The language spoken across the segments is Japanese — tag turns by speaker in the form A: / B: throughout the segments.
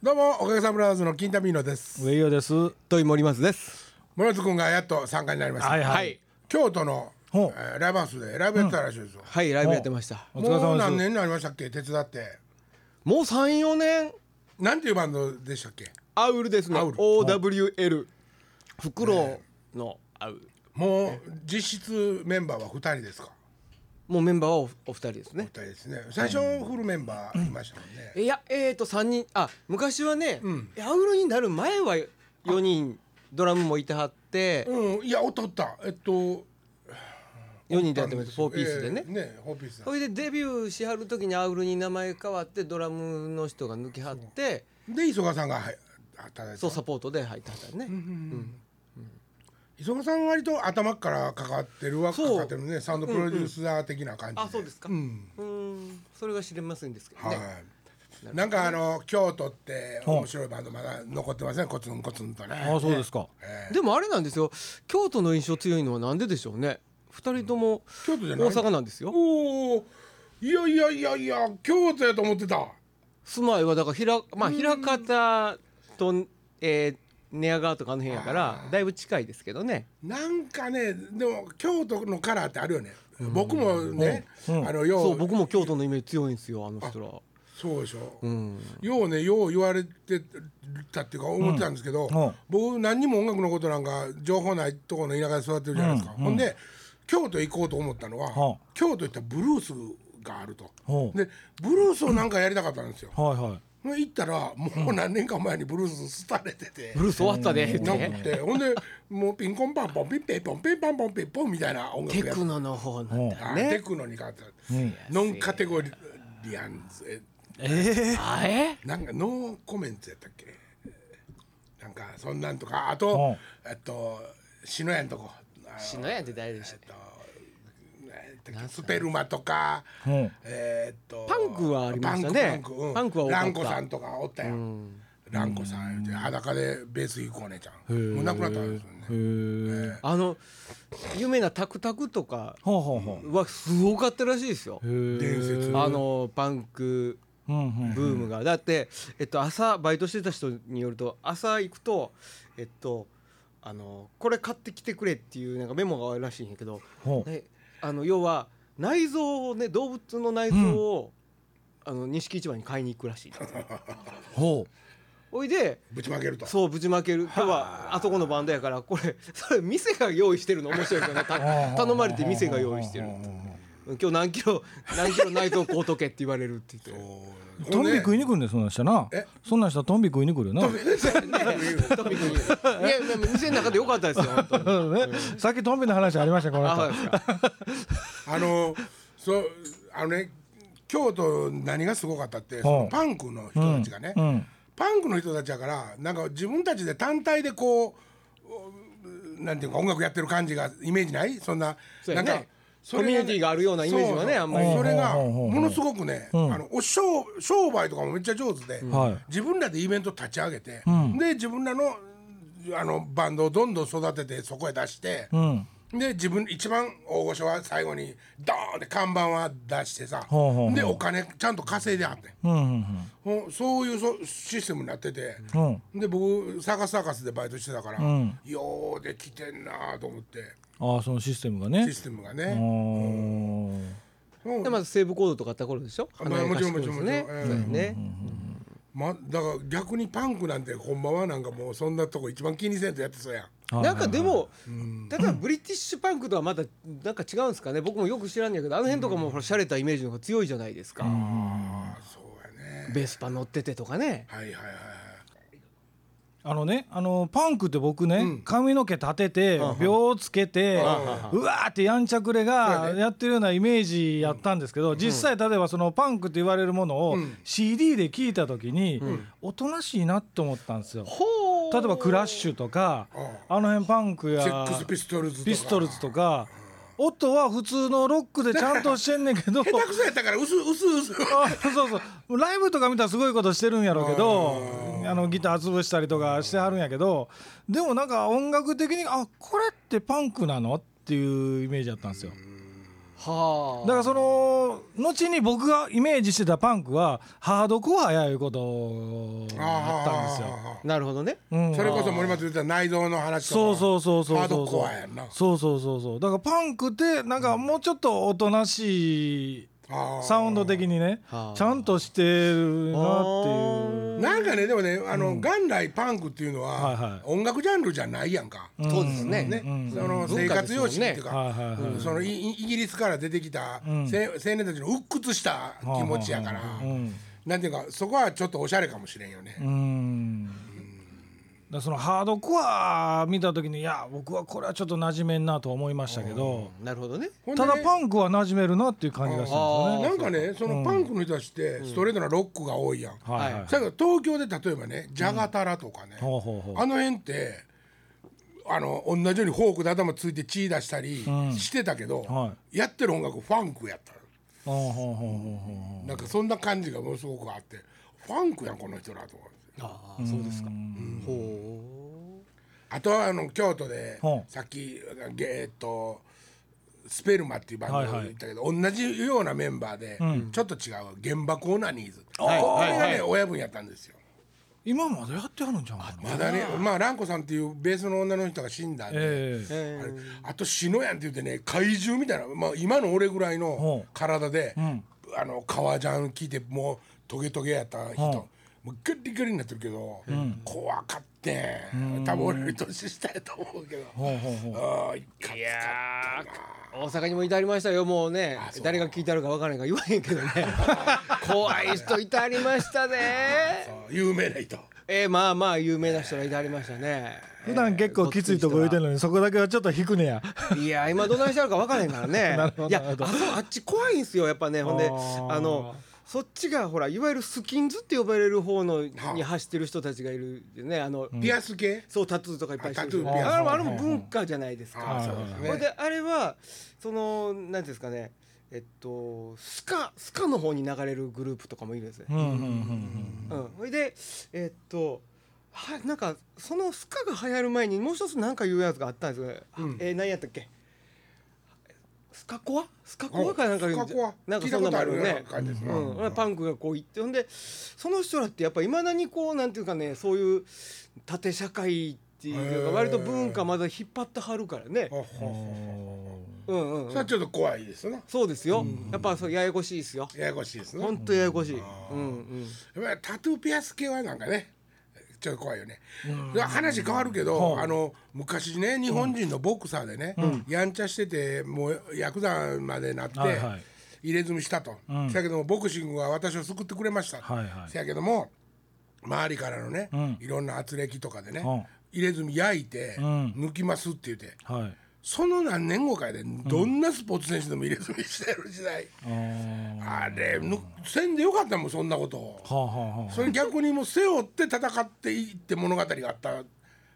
A: どうもおかげさまブラザーズの金田美ーノです
B: 上尾です。は
C: と森松です。
A: 村津君がやっと参加になりました、
B: い
C: は
B: はいい。。
A: 京都の、え
B: ほう
A: ーライブハウスでライブやってたらしいですよ、
C: はい、ライブやってました。
B: お疲れ
A: もう何
B: 様です。
A: 年になりましたっけ手伝って
C: もう三四年。
A: なんていうバンドでしたっけ
C: アウルですね
A: アウル。
C: O. W. L.。フクロウのアウル。
A: もう実質メンバーは2人ですか
C: もうメンバーはおお二人ですね
A: 2。人ですね最初フルメンバーいましたもんね、
C: いや、えーと、三人、あ、昔はね、アウルになる前は四人。ドラムもいてはって、
A: うん、いやおったおったえっと
C: 四人でやってます。フォーピースでね
A: え。ねフォーピース
C: それでデビューしはる時にアウルに名前変わってドラムの人が抜けはって
A: で磯川さんがはい働いて
C: そう
A: た
C: サポートで入ってはったよね、
A: 磯川さん割と頭から関わってるわ
C: そう
A: 関わってるねサウンドプロデューサー的な感じで、
C: あそうですか
A: うん
C: うんそれが知れませんですけどね、
A: はいなんかあの京都って
B: うん
A: 面白いバンドまだ残ってませんコツンコツンとね
B: あ、そうですか。
A: ええ
C: でもあれなんですよ京都の印象強いのはなんででしょうね二人とも
A: 京都じゃ
C: 大
A: ない
C: 阪なんですよ
A: おおいやいやいやいや京都やと思ってた
C: 住まいはだからひら、まあ、枚方と、えー、寝屋川とかあの辺やからだいぶ近いですけどね
A: なんかねでも京都のカラーってあるよね僕もねあのよ
C: そう
A: う
C: 僕も京都のイメージ強いんですよあの人ら
A: そうでしょようねよう言われてたっていうか思ってたんですけど
B: うんうん
A: 僕何にも音楽のことなんか情報ないところの田舎で育ってるじゃないですかほんで京都行こうと思ったの
B: は
A: は
B: あ
A: 京都行ったらブルースがあると
B: ほう
A: でブルースをなんかやりたかったんですよ
B: はいはい。
A: ほんで行ったらもう何年か前にブルース廃れてて
C: ブルース終わったでっ
A: なく
C: て
A: てほんでもうピンコンパンポンピンペイポンピンパンポンピンポンみたいな音楽
C: テ
A: やって
C: クノの方なんだ
A: あ
C: よ
A: テ
C: ね
A: クノに変わったノンカテゴリアンズえ
B: ええ。
C: あれ
A: なんかノーコメントやったっけなんかそんなんとかあとえっと篠谷のとこあ
C: 篠谷って誰でしたっけ
A: スペルマとか
B: うん
A: えーっと
C: パンクはありましたね
A: パンクパンク,、うん、
C: パンクは多かっ
A: ランコ
C: た
A: さんとかおったやんランコさん言うて裸でベース弾くお姉ちゃんもう亡くなったんですよね
B: へえ。
C: あの有名なタクタクとか
B: ほうほうほ
C: はすごかったらしいですよ
B: う。へえ。
A: 伝説
C: あのパンク
B: うんうん。
C: ブームが、だって、えっと、朝バイトしてた人によると朝行くとえっとあのこれ買ってきてくれっていうなんかメモがあるらしいんやけど、
B: ほう。
C: ね、あの要は内臓をね動物の内臓を、あの錦市場に買いに行くらしいです
B: ほ
C: おいで
A: ぶちまけると
C: そうぶちまける今日はあそこのバンドやからこれそれ店が用意してるの面白いですよねた
B: う。
C: 頼まれて店が用意してる
B: うんうんうん
C: 今日何キロ何キロ内臓こうとけって言われるって言って。
B: うんトンビ食
A: に
B: いに来るんでそんな人な
A: え。
B: そんな人はトンビ食いに来るよな。
C: 特にいやいや店の中で良かったですよ本当に
B: ねさっきトンビの話ありましたよこの
C: あそう
B: 人
C: で。すか
A: あのそうあのね京都何がすごかったってそのパンクの人たちがね、
B: うん。
A: パンクの人たちだからなんか自分たちで単体でこううなんていうか音楽やってる感じがイメージないそんな
C: そう
A: な
C: や
A: ん
C: ね
A: か
C: コミュニティがあるようなイメージ
A: そう
C: はね
A: そう
C: あんまり
A: それが
B: ほうほうほうほう
A: ものすごくね、あのお商商売とかもめっちゃ上手で、
B: はい
A: 自分らでイベント立ち上げて、で自分らのあのバンドをどんどん育ててそこへ出して、
B: うん。
A: で自分一番大御所は最後にドーンって看板は出してさ
B: ほうほうほう
A: でお金ちゃんと稼いであって
B: うんうん
A: ほんそういうそシステムになってて、
B: うん。うん。
A: で僕サーカスサーカスでバイトしてたから、
B: ん
A: ようできてんなと思って
B: ああそのシステムがね
A: シ。ステムが
B: う
A: ね、
B: ん。
A: うん
C: でまず西武コードとかあった頃でしょ
A: あまあもちろん
C: 花屋
A: もちろん
C: ね
A: もちろん
C: そうやね
A: ま、だから逆にパンクなんてほんまはなんかもうそんなとこ一番気にせんとやってそうやん
B: はい
C: なんかでもだからブリティッシュパンクとはまたなんか違うんですかね僕もよく知らんやけどあの辺とかもほら洒落たイメージの方が強いじゃないですか
A: あそうやね
C: ベスパ乗っててとかね
A: はいはいはいはい
B: あのね、あのパンクって僕ね、髪の毛立てて、秒つけて、うわーってやんちゃくれがやってるようなイメージやったんですけど、実際例えばそのパンクって言われるものを CD で聞いた時に、おとなしいなと思ったんですよ。
C: ほう
B: 例えばクラッシュとか、
A: う
B: あの辺パンクや
A: セックスピストルズとか
B: ピストルズとか、音は普通のロックでちゃんとしてんねんけど、
A: 下手くそやったから薄薄薄
B: あ そうそうライブとか見たらすごいことしてるんやろうけどあのギター潰したりとかしてはるんやけどでもなんか音楽的にあこれってパンクなのっていうイメージだったんですよ。
C: はあ
B: だからその後に僕がイメージしてたパンクはハードコアやいうことだったんですよ。
A: あ
C: なるほどね
B: う
A: ー
B: ん
A: それこそ森松言った内臓の話とか
B: そうそうそうそう
A: ハー
B: そ
A: ド
B: う
A: コアやんな
B: そうそうそうそうだからパンクってなんかもうちょっとおとなしい
A: あー
B: サウンド的にね
C: はあ
B: ちゃんとしてるなっていう
A: なんかねでもねあの、元来パンクっていうのは、
B: はいはい
A: 音楽ジャンルじゃないやんか、
C: あーそうですね
A: ね、その
C: 文
A: 生
C: 化で
A: 活
C: すも
A: 様
C: んね
A: 式っていうか、
B: はいはいはい
A: うんそのイイイギリスから出てきた、せ青年たちの鬱屈した気持ちやから、
B: うん
A: なんていうかそこはちょっとおしゃれかもしれんよね、
B: うんだからそのハードコア見た時にいや僕はこれはちょっと馴染めんなと思いましたけど
C: なるほどね
A: ほんで
B: た
A: ね
B: だパンクは馴染めるなっていう感じがしたんで
A: なんかねそのパンクの人たちってストレートなロックが多いやん、
B: すよね。はいは
C: はい
A: だから東京で例えばねジャガタラとかね、
B: ほうほうほう
A: あの辺ってあの同じようにフォークで頭ついて血出したりしてたけど、
B: は
A: やってる音楽ファンクやったの
B: ほうほうほうほうほう
A: なんかそんな感じがものすごくあってファンクやんこの人らと思って
C: ああそうですかほ
A: あとはあの京都で
B: ほう
A: さっきげえーっとスペルマっていうバンド
B: はい
A: が
B: はい
A: 言ったけど、同じようなメンバーで、ちょっと違う現場コーナーニーズ、
C: はい
A: これがね、
C: はいはい
A: 親分やったんですよ
B: 今までやってあるんじゃん。
A: まだねまあ蘭子さんっていうベースの女の人が死んだんで、
B: え
C: う
B: え
C: え
A: あれ
C: ー
A: あと死のやんって言ってね怪獣みたいな、まあ、今の俺ぐらいの
B: ほう
A: 体で、
B: ん
A: あの革ジャン着てもうトゲトゲやった人、
B: ほう
A: もうガリガリになってるけど、怖かってん多分俺より年下やと思うけど
B: ほうほうほう。
A: ああいか
C: い
A: つか
C: やー大阪にもいてありましたよもうね
A: そう
C: 誰が聞いてあるかわからないから言わへんけどね 怖い人いてありましたね
A: そう有名な人
C: えー、まあまあ有名な人がいてありましたね
B: 普段結構きついとこ言うてるのにそこだけはちょっと引くねや。
C: いや今どないしてあるか分からへんから ね
B: なるほど
C: いや
B: な
C: あ
B: るほど
C: そあっち怖いんすよやっぱねほん
B: あ
C: で
B: ー
C: あのそっちがほらいわゆるスキンズって呼ばれる方のに
A: はあ
C: 走ってる人たちがいるねあの、
A: ピアス系、
C: そうタトゥーとかいっぱいしてる人
A: あタトゥーピアス
C: あれもあれも文化じゃないです
A: ああ
C: か
A: そうですね
C: ほんであれはそのなんていうんですかねえっとスカスカの方に流れるグループとかもいるんですね
B: うんうんうん
C: うん、それでえっとはなんかそのスカが流行る前にもう一つなんかいうやつがあったんですよ、えー何やったっけスカコアスカコアかなんかいう
A: スカコア
C: なんかそんなのもあるよ
A: 聞いた
C: ね
A: ことあるような感じですね
C: うんパンクがこう行ってほんでその人らってやっぱいまだにこうなんていうかねそういう縦社会っていう
A: へ
C: か
A: ー
C: 割と文化まだ引っ張ってはるからね
A: あ。ほうほう
C: うんうん
A: そ
C: う
A: れ
C: ん
A: はちょっと怖いですね
C: そうですよ、やっぱそうややこしいですよ
A: ややこしいですね
C: ほんとややこしい、うんうん、
A: やっぱりタトゥーピアス系はなんかねちょっと怖いよね、話変わるけど、あの昔ね日本人のボクサーでね、やんちゃしててもうヤクザまでなって、
B: はいはい
A: 入れ墨したと、
B: ん
A: せやけどもボクシングは私を救ってくれました、
B: はいはい
A: せやけども周りからのね、
B: ん
A: いろんな圧力とかでね、
B: うん
A: 入れ墨焼いて、
B: ん
A: 抜きますって言って
B: うん。はい。
A: その何年後かでどんなスポーツ選手でも入れ墨してる時代、
B: あー
A: あれぬせんでよかったもんそんなこと
B: はあはあはあ。
A: それ逆にもう背負って戦っていって物語があった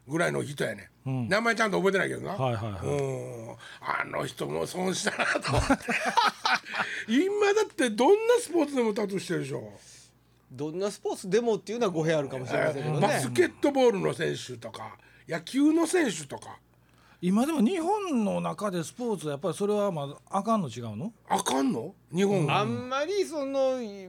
A: ぐらいの人やね、名前ちゃんと覚えてないけどな、
B: はいはいはい
A: うんあの人も損したなと思って 今だってどんなスポーツでもタトゥーしてるでしょ、
C: どんなスポーツでもっていうのは語弊あるかもしれませんけどね。
A: バスケットボールの選手とか野球の選手とか
B: 今でも日本の中でスポーツはやっぱりそれはまああかんの違うの？
A: あかんの日本
C: あ
A: は
C: んまりそのい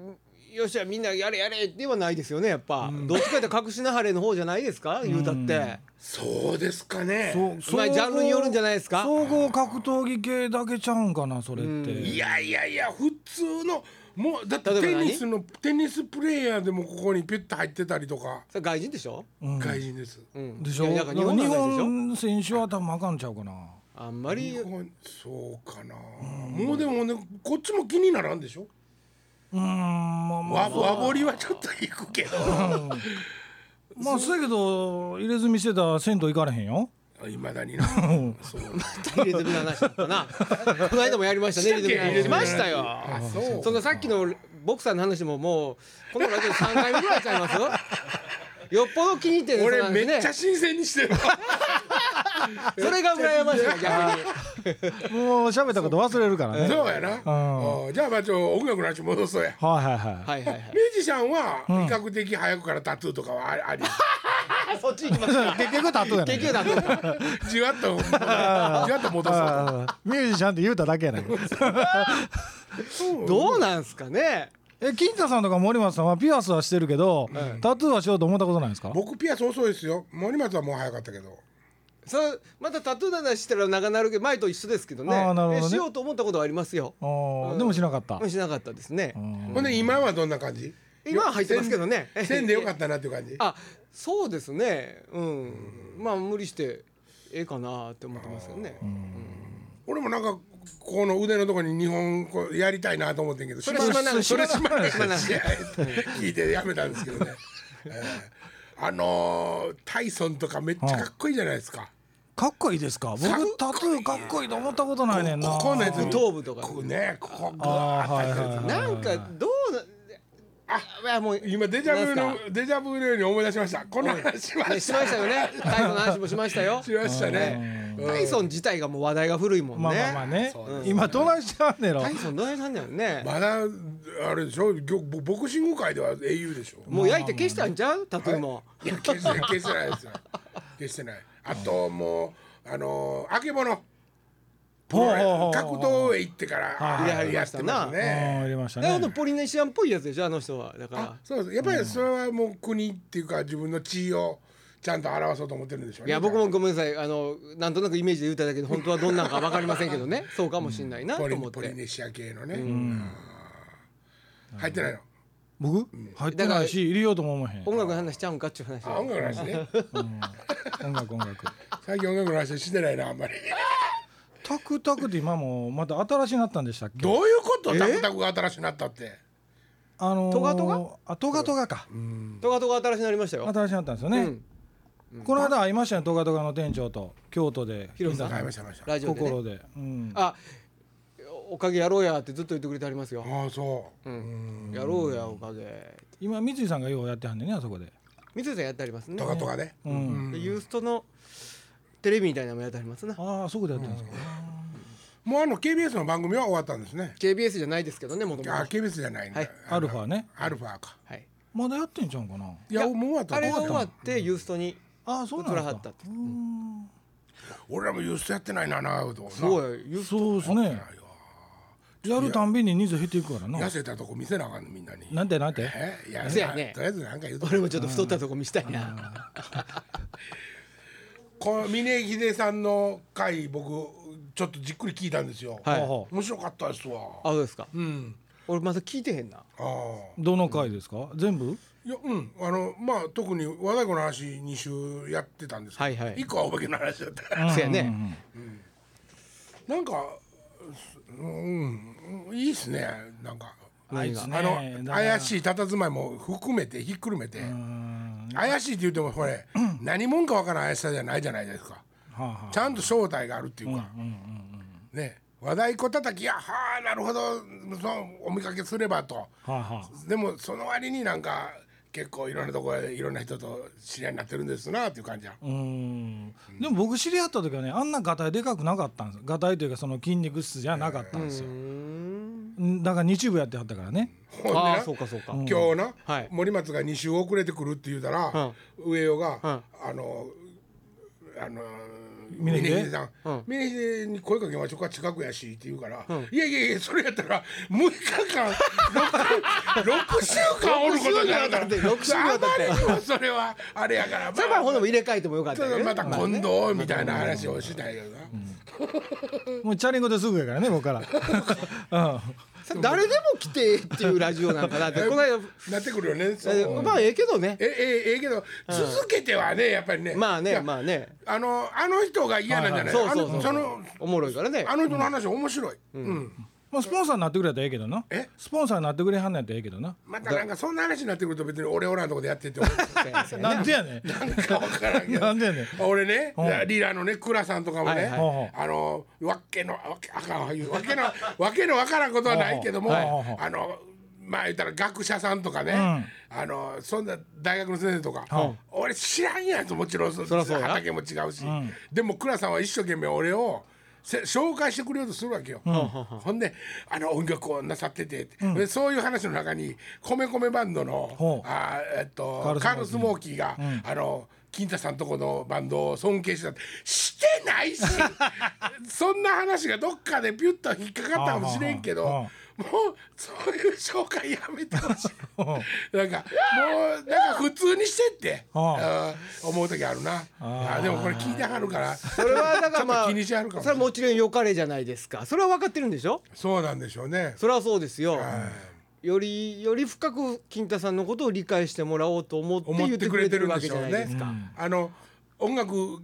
C: よっしゃみんなやれやれではないですよねやっぱ、どっちかって隠しなはれの方じゃないですか言うたって、
A: そうですかね
B: そう
C: まあジャンルによるんじゃないですか
B: 総合格闘技系だけちゃうんかなそれって。
A: いやいやいや普通のもうだって
C: 例えば
A: テ
C: 何
A: ニスのテニスプレーヤーでもここにピュッと入ってたりとか、
C: それ外人でしょ、
B: うん
A: 外人です。
C: うん、
B: でしょ。
C: いや
B: だ
C: な
B: から
C: んか
B: 日
C: 日本の話でしょ
B: 本選手は多分あかんちゃうかな。
C: あんまり
A: 日本そうかな、もうでもねこっちも気にならんでしょ、
B: うーんまあまあ
A: わ和彫りはちょっと行くけど
B: まあそうやけど入れ墨してたら銭湯行かれへんよ。
A: いまだになそう
C: 入れてる話だった なこの間もやりましたね入れてる話しましたよ
A: あそう
C: そのさっきのボクサーの話ももうこのラジオで3回目ぐらいちゃい ますよっぽど気に入ってる
A: 俺めっちゃ
C: そ
A: 新鮮にしてるわ
C: れが羨ましいわ逆に。
B: もう喋ったこと忘れるからね。
A: そうやな、
B: ん
A: あじゃあまあちょ音楽の話戻そうや
B: はいはいはい。
C: はいはいはい
A: ミュージシャンは比較的早くからタトゥーとかはあり、あり
C: そっち行きました
B: 結局タトゥーやねん
C: 結局だと
A: じわっとじわっと戻そう
B: あーミュージシャンって言うただけやねん
C: どうなんすかね
B: え金太さんとか森松さんはピアスはしてるけど、タトゥーはしようと思ったことないんですか
A: 僕ピアス遅いですよ森松はもう早かったけど
C: そうまたタトゥーだなしたら長なるけど前と一緒ですけどね
B: あーなるほどね
C: えしようと思ったことはありますよ
B: あーでもしなかった
C: しなかったですね
A: ほんで今はどんな感じ
C: 今は入ってますけどね
A: せんでよかったなっていう感じ
C: あそうですねうんまあ無理してええかなって思ってますよね
A: 俺もなんかこの腕のとこに日本こうやりたいなと思ってんけど
C: それ島流し
A: それ島流し
C: 島流し
A: いや聞いてやめたんですけどね、えーあのータイソンとかめっちゃかっこいいじゃないですか
B: かっこいいですか
A: かっこいい
B: 僕タトゥーかっこいいと思ったことないねんな
A: ここのやつ
C: 頭部とか
A: こうねここグワ
B: あ
A: ー
B: ー
A: ッ
B: は
A: て
B: い
A: や
B: は
A: っ
B: い
A: てる
B: はい
C: なんかどうなあいやもう
A: 今デジャブ
C: なん
A: の
C: す
A: デジャブのように思い出しましたこの話しま
C: かね
A: し
C: したましたよねタイソンの話もしましたよ
A: しましたね
C: タイソン自体がもう話題が古いもんね
B: まあまあまあね
A: そうですね
B: 今どないしちゃうねやろ
C: タイソンどうやったんだよね
A: まだあれでしょぎょボボクシング界では英雄でしょ
C: もう焼いて消したんちゃうタトゥーも
A: いや 消してない消してないですよ消してないあともうあのーあけぼのプロ
B: ほうほうほうほ
A: レ
B: う
A: 格闘へ行ってから
B: はい
A: ややってます
B: あー
A: ね
B: 入れました
C: なるほど
B: ね
C: ポリネシアンっぽいやつでしょあの人はだから
A: あそうですやっぱりそれはもう国っていうか自分の地位をちゃんと表そうと思ってるんでしょうね
C: いや僕もごめんなさいあのなんとなくイメージで言っただけで本当はどんなんか分かりませんけどねそうかもしれないなと
A: ポリ
C: 思っ
A: ポリ
C: て
A: ネシア系のねあー入ってないの
B: 僕入ってないし入れようとも思えへん
C: 音楽の話しちゃうんかっちゅう話
A: あ音楽の話ね
B: 音楽音楽
A: 最近音楽の話してないなあんまり
B: タクタクって今もまた新しいなったんでしたっけ
A: どういうことタクタクが新しくなったって
B: あのー
C: トガトガ
B: あトガトガか
C: とかとか新しくなりましたよ、
B: 新しいなったんですよ
C: う
B: ね
C: ん、
B: この間会いましたねトガトガの店長と京都で
C: ヒロさ
A: 買い
C: ん
A: ました買いました
C: ラジオで、ね、
B: 心でうん
C: あおかげやろうやってずっと言ってくれてありますよ、
A: ああそ
C: うん、やろうやおかげ
B: 今三井さんがようやってはんねんねあそこで
C: 三井さんやってあります
A: う
C: ね
A: とかとかね
B: うん
C: でユーストのテレビみたいなのもやってありますな
B: ああそこでやってるんですか
A: もうあの KBS の番組は終わったんですね
C: KBS じゃないですけどねもともと
A: あ KBS じゃないんだ、
C: はい
A: あ
B: アルファね
A: アルファか
C: はい
B: まだやってんちゃうんかない
A: やもう終わった
C: あれが終わ
A: 終わ
C: っ
A: った
C: てユーストに
B: ああそうなんで
C: トラ
B: すか
C: ハッタって
A: 俺らもユーストやってないななと
C: すごいユース
B: そうですねやるたんびに人数減っていくから
A: 痩
B: な
A: せたとこ見せなあかんのみんなに
B: なんてなんて
A: えいや
C: せやね
A: とりあえずなんか言うと
C: 俺もちょっと太ったとこ見したいな、
A: この峰秀さんの回僕ちょっとじっくり聞いたんですよ、
C: はい
B: ほうほう
A: 面白かったですわ
C: あそうですか、
A: うん
C: 俺まだ聞いてへんな
A: ああ
B: どの回ですか全部
A: いやうんあのまあ特に和太鼓の話2週やってたんですけど、
C: はいはい
A: 1個はお化けの話だった
C: せやね、
A: なんかうんうんいいっすねなんか
B: あいつね
A: あの怪
B: い
A: しい佇まいも含めてひっくるめて怪しいって言ってもこれ何者かわからん怪しさじゃないじゃないですか
B: はあは
A: ちゃんと正体があるっていうかね和太鼓叩きやはあなるほどそうお見かけすればと
B: あはあはあ
A: でもその割になんか結構いろんなとこでいろんな人と知り合いになってるんですなっていう感じや
B: うーんでも僕知り合った時はねあんなガタイでかくなかったんですガタイというかその筋肉質じゃなかったんですよ、んだから日部やってはったからね
A: ほんで
C: あ
A: な
C: あそうかそうか、
A: 今日な、
C: はい
A: 森松が2週遅れてくるって言うたら、上尾が、
C: うん
A: あのあの
B: 峰秀
A: さん
C: うん
A: 峰秀に声かけましょうか近くやしって言うから、いやいやいやそれやったら6日間 6, 週間おることになるから
C: 六週にわたって
A: あまりにもそれはあれやから、
C: それまあほん
A: ま
C: でも入れ替えてもよかった
A: あ
C: よね
A: また今度みたいな話をしたいよな、
B: もうチャリンコですぐやからね僕 から、うん、
C: さ誰でも来てっていうラジオなんかなってこの間
A: なってくるよねそう
C: えまあええけどね
A: えええええけど続けてはねやっぱりね
C: まあ
A: い
C: ね
A: や
C: まあね
A: あのあの人が嫌なんじゃない
C: そう
A: あ
C: そうそ
A: の
C: う
A: その
C: おもろいからね
A: あの人の話面白い。うん。
B: まあスポンサーになってくれたらええけどな
A: え
B: スポンサーになってくれはんのやったらええけどな
A: またなんかそんな話になってくると別に俺俺らのとこでやってって思う
B: なんでやねん
A: なんか分からんけ
B: な
A: ど
B: んでやねん
A: 俺ねリーダーのね倉さんとかもね、
C: はいはい
A: あのわけのわけあかんわ言うわけのわけのわからんことはないけども、
B: はいはい
A: あのまあ言ったら学者さんとかね、あのそんな大学の先生とか、俺知らんやつもちろんそ
C: そらそうや
A: 畑も違うし、でも倉さんは一生懸命俺をせ紹介してくれようとするわけよ、ほんであの音楽をなさってて、でそういう話の中に米米バンドの
B: ほう
A: あーえっと
B: カールスモーキー
A: カールスモーキーが、あの金太さんとこのバンドを尊敬してたってしてない しそんな話がどっかでピュッと引っかかったかもしれんけど
B: ああああ
A: もうそういう紹介やめて ほしいなんかもうなんか普通にしてって
B: あ
A: うん思う時あるなあでもこれ聞いてはるから
C: それはだから
A: ちょっ
C: まあ
A: と気にしはるかもし
C: そ
A: れ
C: れ
A: な
C: はいもちろん良かれじゃないですかそれは分かってるんでしょ
A: そうなんでしょうね
C: それはそうですよよりより深く金太さんのことを理解してもらおうと思って
A: 思っ
C: 言ってて
A: く
C: く
A: れ
C: れ
A: て
C: て
A: る
C: る
A: んで
C: わ
A: し
C: け
A: ょ
C: じゃ
A: う
C: ない
A: ね
C: ですか、
A: あの音楽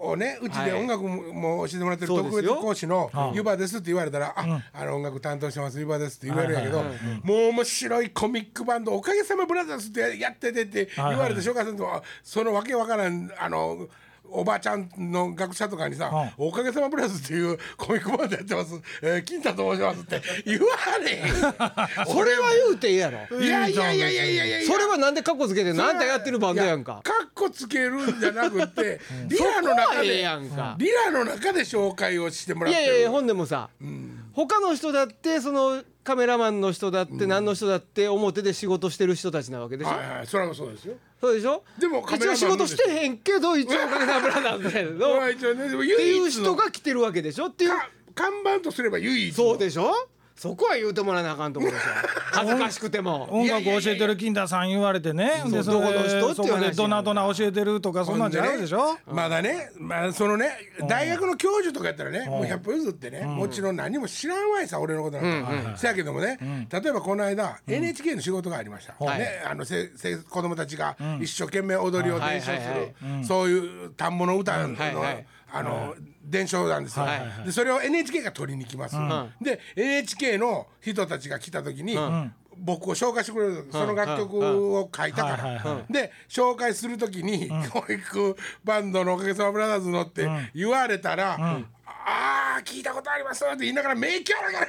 A: をねうちで
C: はい
A: 音楽も教えてもらってる
C: そう
A: 特
C: ですよ
A: 別講師の「ゆばです」って言われたら「ああの音楽担当してますゆばです」って言われるんやけどもう面白いコミックバンド「おかげさまブラザーズ」ってやっててって言われて紹介するとあそのわけわからんあのおばあちゃんの学者とかにさ
B: は
A: 「
B: い
A: おかげさまブラザーズ」っていうコミックバンドやってます「えー金太と申します」って言われへん
C: それは言うてええやろ
A: いやいやいやいやいやいやいや
C: それはなんでカッコつけてんのあんたやってるバンドやんか
A: カッコつけるんじゃなく てリラの
C: そこ
A: 中
C: はええ
A: で
C: やんか
A: リラの中で紹介をしてもら
C: い
A: って
C: や
A: る
C: いやいや本でもさ、他の人だってそのカメラマンの人だって何の人だって表で仕事してる人たちなわけでしょ、
A: はいはいそれもそうですよ
C: そうでしょ
A: でもカメラ
C: 一
A: マ
C: 応
A: ン
C: 仕事してへんけど一応おかげさまブラザーズやけ ど
A: まあ一応ねでも
C: ってい
A: 唯
C: う
A: 一
C: 人
A: の
C: が来てるわけでしょっていう
A: か看板とすれば唯一の
C: そうでしょそこは言うてもらわなあかんところでしょ恥ずかしくても
B: 音楽教えてる金田さん言われてね
C: そう
B: でそれ
C: どこの人って
B: そこ
C: 話
B: で
C: や
B: ドナドナ教えてるとかそんなんじゃないでしょ
A: まだね、まあ、そのね大学の教授とかやったらね、もう百歩譲ってね、もちろん何も知らんわいさ俺のことなんか、せやけどもね、例えばこの間、NHK の仕事がありました、ね、あのせせ子供たちが一生懸命踊りを伝承する、
C: はいはいはい
A: そういう田んぼの歌の、
C: はいはい
A: あの、伝承なんですよ、
C: はい
A: でそれを NHK が取りに来ます、で NHK の人たちが来た時に、僕を紹介してくれるその楽曲を書いたから、
B: はいはいは
A: で紹介するときに、教育バンドの「おかげさまブラザーズの」って言われたら「あー聞いたことあります」って言いながら「名曲だか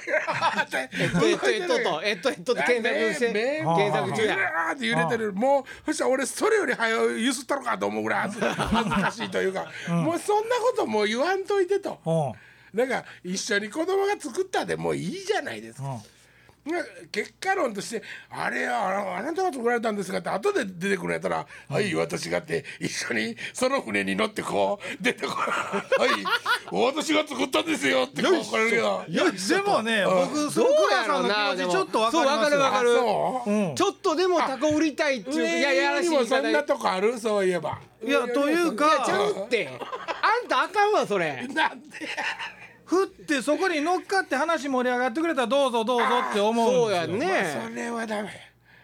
A: ら」って
C: えっとえっととえっとえっとって検索して検索中や
A: あーって揺れてるもうそしたら俺それより早いゆすったのかと思うぐらい 恥ず恥ずかしいというか、もうそんなこともう言わんといてと。
B: うん
A: なんか一緒に子供が作ったでもういいじゃないですか。な結果論として「あれあのあなたが作られたんですか?」って後で出てくるんやったら「はい私が」って一緒にその船に乗ってこう出てこう はい私が作ったんですよ」ってこう来れるよ。
B: いやでもね僕その
C: どう
B: ク
C: や
B: ラさ
C: ろ
B: ん
C: うな
B: の気持ちちょっとわかります
C: でもそうわ
B: よ
C: か
A: あ
C: る
A: そう、
B: うん
C: ちょっとでもタコ売りたいっていういやいやらし
A: 上に
C: い言
A: も
C: い方
A: そんなとこあるそういえば。
B: いやという
C: いやちゃ
B: か
C: うってあんたあかんわそれ
A: なんで
B: 振ってそこに乗っかって話盛り上がってくれたらどうぞどうぞって思うん
C: そう
B: です
C: や
B: よ
A: そ
C: ね
A: れはダメ。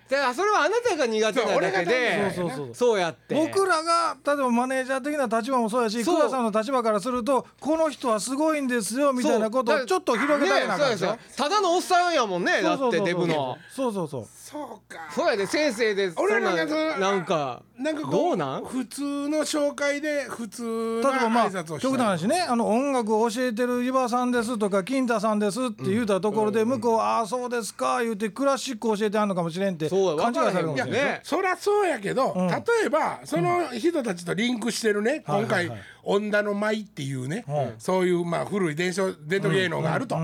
C: だからそれはあなたが苦手なだ
B: そう俺が
C: けで
B: ダメそうそうそう
C: そうやって
B: 僕らが例えばマネージャー的な立場もそうやし
C: そう
B: 倉さんの立場からするとこの人はすごいんですよみたいなことをちょっと広げたいな
C: ねそう
B: 感
C: で
B: じ
C: すよただのおっさんやもんねだってデブの
B: そうそうそう
A: そうか。
C: そうやで先生でそん
A: 俺ら
C: な
A: なんかその
C: なんか
A: なんかこ
C: どうなん
A: 普通の紹介で普通の
B: 例えばまあ
A: 挨拶をした
B: 極端な話ねあの音楽を教えてる湯葉さんですとか金太さんですって言うたところで向こうは「ああそうですか」言うてクラシック教えてはんのかもしれんって
C: そうや
B: 勘違いされるかも
C: わ
B: し
C: か
B: れ
C: らへん
B: ん
C: もんね
A: ね、そりゃそうやけど、例えばその人たちとリンクしてるね、今回、女の舞っていうね、そういうまあ古い伝承伝統芸能があると、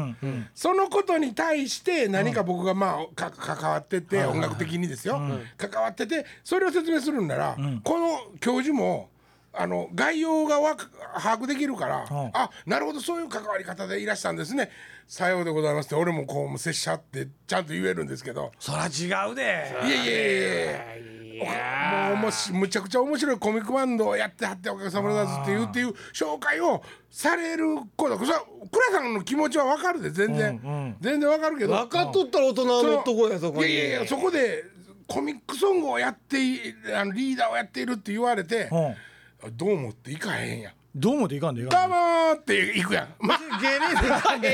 A: そのことに対して何か僕がまあか関わってて、音楽的にですよ、関わっててそれを説明するんなら、この教授も。あの概要がわか把握できるから、
B: ん
A: あなるほどそういう関わり方でいらしたんですねさようでございますって俺もこう拙者ってちゃんと言えるんですけど
B: そら違うで
A: いやいやいやいやもうもしむちゃくちゃ面白いコミックバンドをやってはっておかげさまでっていうっていう紹介をされることそれは倉さんの気持ちは分かるで全然、全然分かるけど
C: 分かっとったら大人は
A: その
C: もっとこうやそこに
A: いやいやいやそこでコミックソングをやっていあのリーダーをやっているって言われて、
B: うん
A: どう思っていかへんやん。
B: どうもでいかんでい
A: ど
B: か
A: うんもー っていくやん。まあ、
B: 芸人で
A: まあね、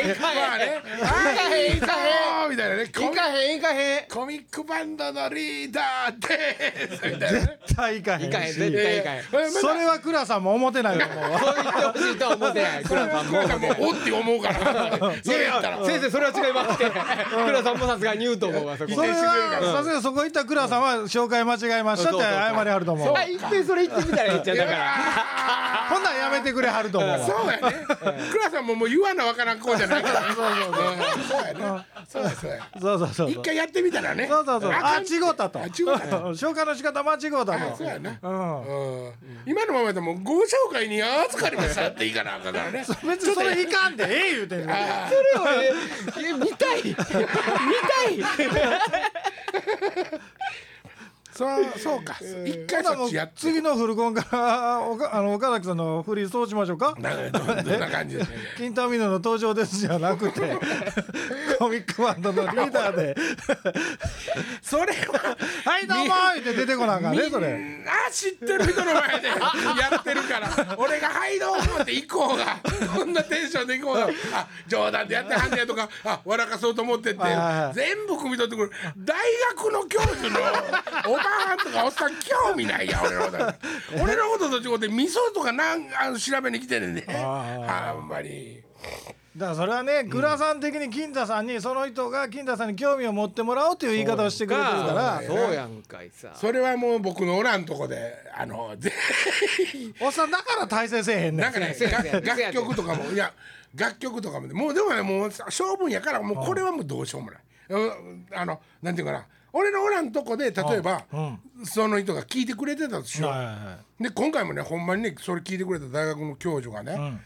A: はい、いかへんみたいなね、コミ
C: 行かへん行かへん
A: コミックバンドのリーダーですみたいなね。
B: 絶対いかへ
C: 行かへ
B: んし
C: ん絶対行かへん
B: それは倉さんも思ってないと思 うわ
C: そう言ってほしいとは思ってない
A: そ
C: ク
A: れ
C: ラさ
A: は
C: んも
A: もうおって思うから。それやったら。
C: 先生それは違いますってクラさんもさすがに言うと思うわそこ
B: それはさすがにそこ行った倉さんは紹介間違えましたって謝りはると思う
C: あ一遍それ言ってみたらいいんちゃうだから
B: ほんならやめてくれはると思うわ
A: そうやね。クラさんももう言わなわからん子じゃないから。そうそうそうやね。そうやそうや。
B: そうそうそう
A: 一回やってみたらね。
B: そうそうそう
A: あか
B: あ
A: ん
B: 違うたと
A: あ違うたと
B: 紹介の仕方間違うた
A: あ
B: と
A: そうやな。
B: うん
A: うん今のままやともうご紹介に預かりましたっていいかなあかんからね。
B: 別にそれいかんでええ言うてんの
A: あー
C: ええ見たい見たい
A: そうそうか。一回
B: ほな
A: そ
B: も
A: っ
B: う
A: ちやって。
B: 次のフルコンからおかあの岡崎さんのフリーそうしましょうか
A: なんかどんどんな感じで。
B: キンタミノの登場ですじゃなくて コミックバンドのリーダーで
A: それは
B: 「はいどうも!」言って出てこなあかんねそれ
A: みんな知ってる人の前でやってるから俺が「はいどうも」って行こうがこんなテンションで行こうがあ冗談でやってはんねやとかあ笑かそうと思ってって
B: はいはいはい
A: 全部汲み取ってくる大学の教授のおばあんとかおっさん興味ないやん俺のこと俺のことと違って味噌とかなんあの調べに来てるねんであんまり
B: だからそれはね倉さん的に金田さんにその人が金田さんに興味を持ってもらおうという言い方をしてくれてるから
C: そうやんかいさ
A: それはもう僕のおらんとこであの全員
B: おっさんだから大成せえへんね
A: なん
B: ん
A: かね
C: せやせや
A: 楽
C: せや
A: 楽曲とかもいや楽曲とかもねもうでもねもう性分やからもうこれはもうどうしようもないうんあのなんていうかな俺のおらんとこで例えばその人が聞いてくれてたとしよ
B: はいうはいはい
A: で今回もねほんまにねそれ聞いてくれた大学の教授がね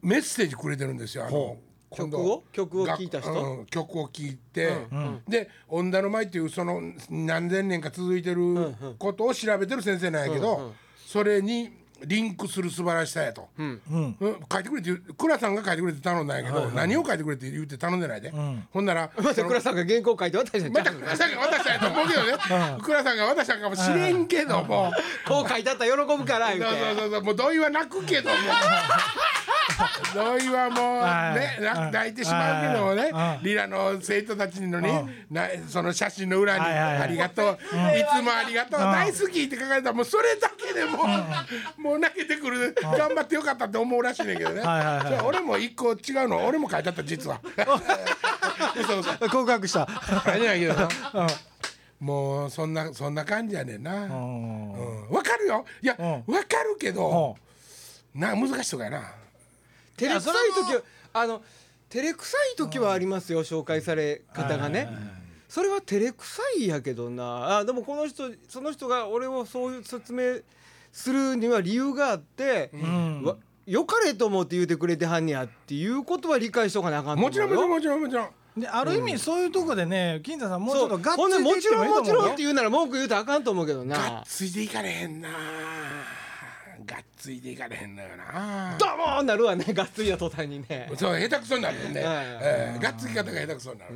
A: メッセージくれてるんですよあの今度
C: 曲を曲を聞いた人
A: 楽うん曲を聞いてで「恩田の舞」っていうその何千年か続いてることを調べてる先生なんやけどそれにリンクする素晴らしさやと。うん書いてくれって言う倉さんが書いてくれって頼んだんやけど、何を書いてくれって言うて頼んでないで、ほんなら
C: また倉さんが原稿書いて渡したんち
A: ま
C: ゃ
A: た
C: う
A: 倉さんが渡したんやと思うけどね倉さんが渡したんかもしれんけども、
C: こう書いてあったら喜ぶから言
A: そうう
C: て
A: そうそうそうもう同意は泣くけ ども同意はもうね
B: は
A: ない泣いてしまうけどもね
B: は
A: リラの生徒たちのねなその写真の裏に
B: はいはいは
A: 「
B: い
A: ありがとういつもありがとう大好き」って書かれたらもうそれだけでもうもう泣けてくる頑張ってよかったって思うらしいねんけどね
B: はいはいはい
A: それ俺も一個違うの俺も書いてあった実は嘘嘘
B: 告白した
A: あれやけどなもうそんなそんな感じやねんな
B: う
A: うん
B: ん
A: わかるよいやわかるけど
B: うん
A: な難しいとかやな
C: 照れくさい時はあの照れくさい時はありますよ紹介され方がねそれは照れくさいやけどなあでもこの人その人が俺をそういう説明するには理由があって、わ良かれと思って言うてくれてはんねやっていうことは理解しとかなあかんと思
A: も
C: う
A: ち
C: よ
A: ろんもちろんもちろんもちろん
B: である意味そういうとこでね金田さんもうちょっ
C: そ
B: と
C: う
B: ガッ
C: ほんで
B: ツリ
C: も
B: でいっ
C: ち
B: ても
C: ろ
B: い
C: ん
B: いと思
C: もち
B: う
C: ろん
B: よ
C: って言うなら文句言うたらあかんと思うけ
A: が
C: ど
A: っ
C: な
A: ついていかれへんながっついていかれへんのよな
C: ドーンなるわねがっつりや途端に ね
A: そう下手くそになるね
C: はい
A: えーがっつき方が下手くそになる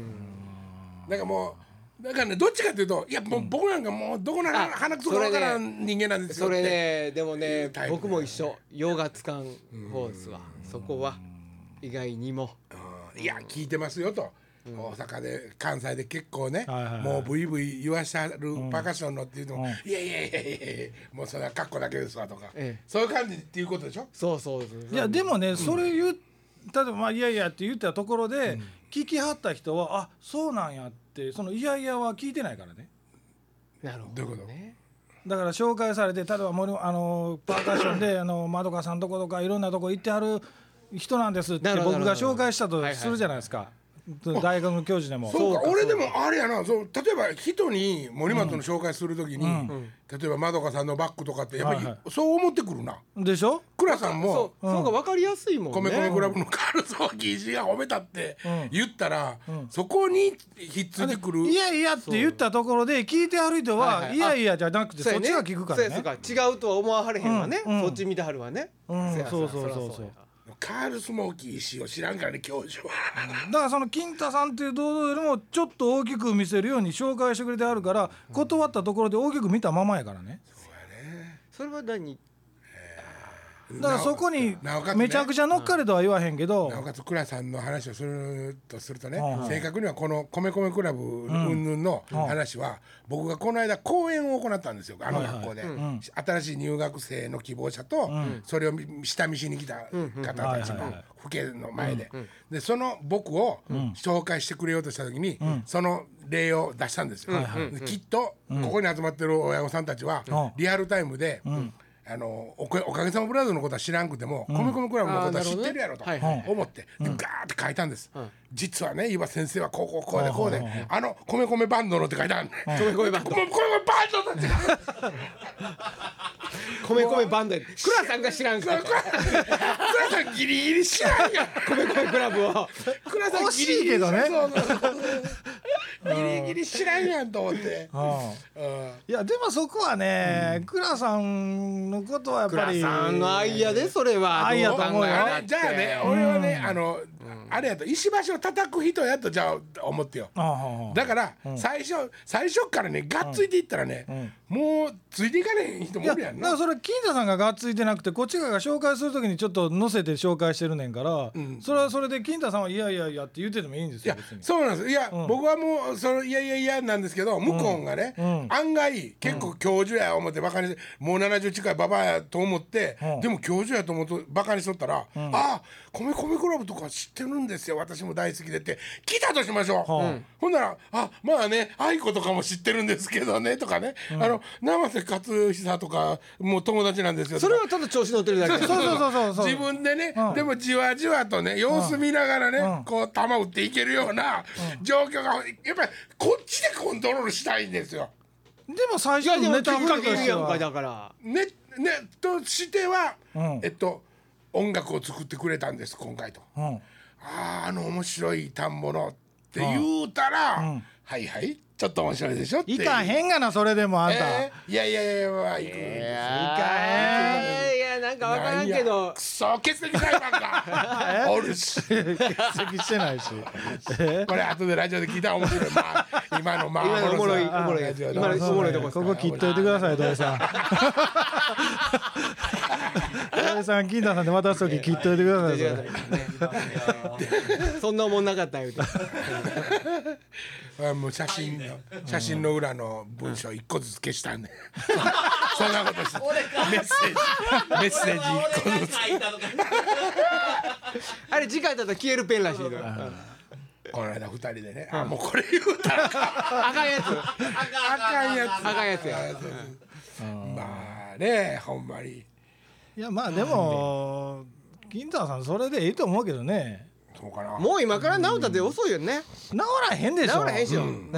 A: なんかもうだからねどっちかというといやもう僕なんかもうどこなら
C: あ
A: 鼻くそかわからん人間なんですよ
C: そ
A: って
C: れねでもね
A: タイプ
C: 僕も一緒用がつかん方ですわそこは意外にも
A: いや聞いてますよと、大阪で関西で結構ね、
B: はいはいはい
A: もうブイブイ言わしゃるパーカッションのっていうのも、いやいやいやいやいやもうそれは格好だけですわとか、
C: ええ
A: そういう感じっていうことでしょ
C: そうそうそう
B: いやでもねそれ言う例えばまあ「いやいや」って言ったところで聞きはった人は「あそうなんや」ってその「いやいや」は聞いてないからね
C: なるほ
A: どういうこ
C: ど
A: と
C: ね
B: だから紹介されて例えば森あのパーカッションであの窓川さんとことかいろんなとこ行ってはる人なんですって
C: なるほど
B: 僕が
C: なるほど
B: 紹介したと
C: はいはい
B: するじゃないですか大学の教授でも。
A: そうか
C: そうか
A: 俺でもあれやなそう例えば人に森松の紹介するときに、例えばまどかさんのバッグとかってやっぱり、
B: はいは
A: そう思ってくるな
B: でしょ
A: 倉さん
C: そ
A: も
C: うそうか分かりやすいもんね
A: 米米クラブのカルソーキー氏が褒めたって
B: うん
A: 言ったら、そこにひっついてくる
B: いやいやって言ったところで聞いてはる人
C: はい
B: は「
C: はい
B: いやいや」じゃなくて
C: そ
B: そ
C: うや
B: っ
C: ね
B: ちが聞くか
C: そう
B: ら
C: や
B: ね。
C: そうや違うとは思わはれへんわね
B: うんうん
C: そっち見てはるわね
B: うん
C: や
B: そうそ
C: や
B: うそうそう
C: やや
A: カールスモーキー氏を知らんからね教授は。
B: だからその金太さんっていう堂々よりもちょっと大きく見せるように紹介してくれてあるから断ったところで大きく見たままやからね
C: それは何
B: だからそこに
A: なおかつね
B: めちゃくちゃ乗っかれとは言わへんけど
A: なおかつ倉さんの話をするとするとね、
B: はいはい
A: 正確にはこの「米米クラブ云々の話は、僕がこの間講演を行ったんですよあの学校で、新しい入学生の希望者と、それを見下見しに来た方たち
B: うんうんはいはい
A: の
B: はい
A: 父兄の前で,、でその僕を紹介してくれようとした時に、その例を出したんですよ。きっとここに集まってる親御さんたちは、
B: うん
A: リアルタイムで、あのおかおかげさまブラザーズのことは知らんくても、コミコミクラブのことは知ってるやろと
C: あーなるほどねはい
A: 思って、でガーって書いたんです、
C: ん
A: 実はね岩先生はこうこうこうでこうで、あの米米バンドのって書いたんで、米
C: 米米バンド
A: 米バンドだって
C: 米米バンドや倉さんが知らんから
A: それさギリギリ知らんやん
C: 米米クラブを倉さん
B: 惜しいけどね
A: そうそうそうギリギリ知らんやんと思って、
B: うん
A: うん
B: いやでもそこはね、クラさんのことはやっぱ
C: 倉
B: り
C: さんの愛やでそれは
B: 愛やと思うよ
C: ど考え
A: あ
C: たっ
A: れ
C: て
A: じゃあね俺はね、あの、あれやと石橋を叩く人やとじゃあ思ってよ、
B: ああ
A: だから最初、最初っからねがっついていったらね、もうついていかれへん人
B: い
A: も
B: や
A: おる
B: だ
A: や
B: か
A: ん
B: ら
A: な
B: それは金田さんががっついてなくてこっちが紹介するときにちょっと載せて紹介してるねんから、それはそれで金田さんはいやいやいやって言っててもいいんです
A: いや
B: よ別に
A: そうなんですいや、僕はもうそのいやいやいやなんですけど向こうがね、案外結構教授や思ってバカにしてもう70近いババアやと思って、
B: うん
A: でも教授やと思うとバカにしとったら「ああ米米クラブとか知ってるんですよ私も大好きで」って聞いたとしましょう、うんほんなら「あまあね愛子とかも知ってるんですけどね」とかね「あの生瀬勝久とかもう友達なんですよ」とか
C: それはただ調子乗ってるだけ
B: そうそうそうそうそう
A: 自分でね、
B: うん
A: でもじわじわとね様子見ながらね、
B: うん
A: こう球打っていけるような状況がやっぱりこっちでコントロールしたいんですよ。
B: でも最
C: いや
B: 初
C: で
B: の
C: も
B: ネ
C: き
B: タ
C: っか
B: 振り
C: け
B: と
C: いる
B: して
C: やんか
B: は
C: だから
A: ねねとしては、
B: うん
A: えっと音楽を作ってくれたんです今回と。
B: うん
A: あああの面白い田んぼのって言うたら、
B: うん
A: はいはいちょっと面白いでしょってい。
B: いうかへんがなそれでも あんた、
A: えーいやいやいや、まあ、行くんですよ
C: いやいやなんか分からんけ
A: なんや
C: ど
A: クソ欠席裁判 がおるし。
B: 欠席してないしえ
A: これ後でラジオで聞いたら面白い。まあ、今のまあ、
C: 今のおもろい
A: さ
C: おもろい
A: ラジオで
C: 今のおもろいと
B: こ
C: こ
B: こ切っといてください土井 さん土井さん金田さんで渡す時切っといてくださいそれ
C: そんなもんなかったよ
A: あもう写真の、写真の裏の文章一個ずつ消した んで。そんなことして。メッセージ、メッセージ一個ずつ。
C: あれ次回だったら消えるペンらしいの
A: この間二人でね、あ、もうこれ言うたらあか
C: 赤いやつ
A: んあかんやつ。
C: 赤いやつや
A: そうそうまあね、ほんまに。
B: いやまあでも金沢さんそれでいいと思うけどね
A: そうかな。
C: もう今から治ったって遅いよね
B: 治らへんで
C: 治
B: しょ
C: らへんしよ
B: うん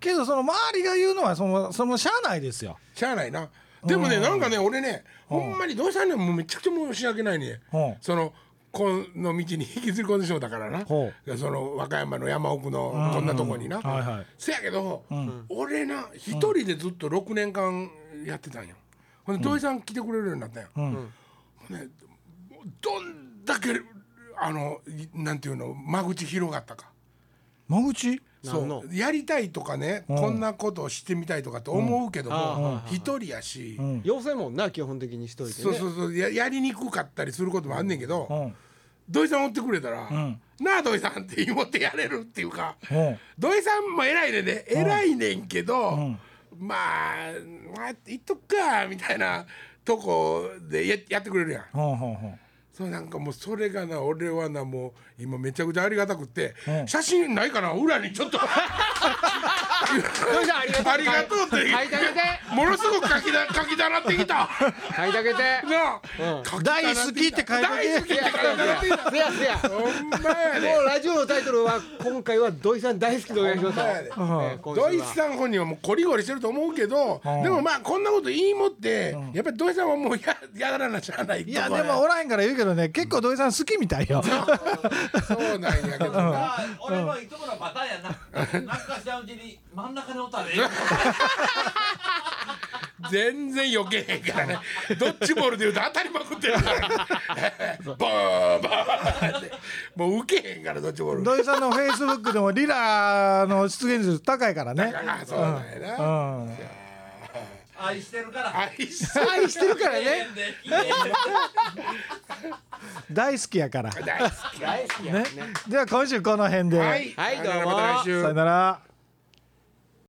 B: けどその周りが言うのはそのそのしゃあないですよ
A: しゃあないな。でもね、なんかね、俺ね、ほんまにどうしたんねん、もうめちゃくちゃ申し訳ないね
B: うん。
A: その、この道に引きずり込んでしょうだからな。
B: ほ
A: その和歌山の山奥のこんなとこにな。
B: はいはい
A: せやけど、俺な、一人でずっと六年間やってたんよ。ほんで、土井さん来てくれるようになったんよ。ほんでもうどんだけ、あの、いなんていうの、間口広がったか。
B: 間口
A: そ
C: なんの
A: うやりたいとかね、こんなことをしてみたいとかって思うけども一、人やし、
C: 要請もんな基本的にしといて
A: そう
C: ね
A: そうそうややりにくかったりすることもあんねんけど、
B: うん
A: 土井さん追ってくれたら「
B: ん
A: なあ土井さん」って言ってやれるっていうか、
B: うん
A: 土井さんも偉いねんね偉いねんけど、まあまあ言っとくかみたいなとこでややってくれるやん。
B: ほんほんほん
A: そうなんかもうそれがな俺はなもう今めちゃくちゃありがたくって、写真ないかな裏にちょっと
C: どうしたありがとう
A: ありがとうって
C: 書いてあげて
A: ものすごく書きだ書きだなってきた。
C: 書いてあげて
A: なあ、書きだな
B: 大好きって書いてあげ
A: 大好きって 書いてあげて
C: せやせや
A: ほんまや
C: も
A: で。
C: うラジオのタイトルは今回は土井さん大好きでお願いします
A: ほんまやで
C: ね今週は
A: 土井さん本人はもうコリゴリしてると思うけど、でもまあこんなこと言いもって、やっぱり土井さんはもうややらなしゃあないと
B: い
A: こは
B: や
A: ね
B: でもおらへんから言うけどね結構土井さん好きみたいよ
A: そうなんやけどな。
D: あ俺はいつものパターンやな。なんかしたうちに真ん中におったらええ。
A: 全然避けへんからねドッジボールでいうと当たりまくってるからねボーンボーンってもう受けへんからドッジボール
B: 土井さんのフェイスブックでもリラの出現率高いからね
A: あそうなんや
B: う
A: な、
B: ん
D: 愛してるから。
A: 愛さ
C: 愛して るから
D: ええ
C: ね
D: んで。いいね
B: 大好きやから
A: 大好き
C: 大好きや
B: ねじゃあ今週この辺で
A: はい、
C: はいどうも
A: また来週
B: さよなら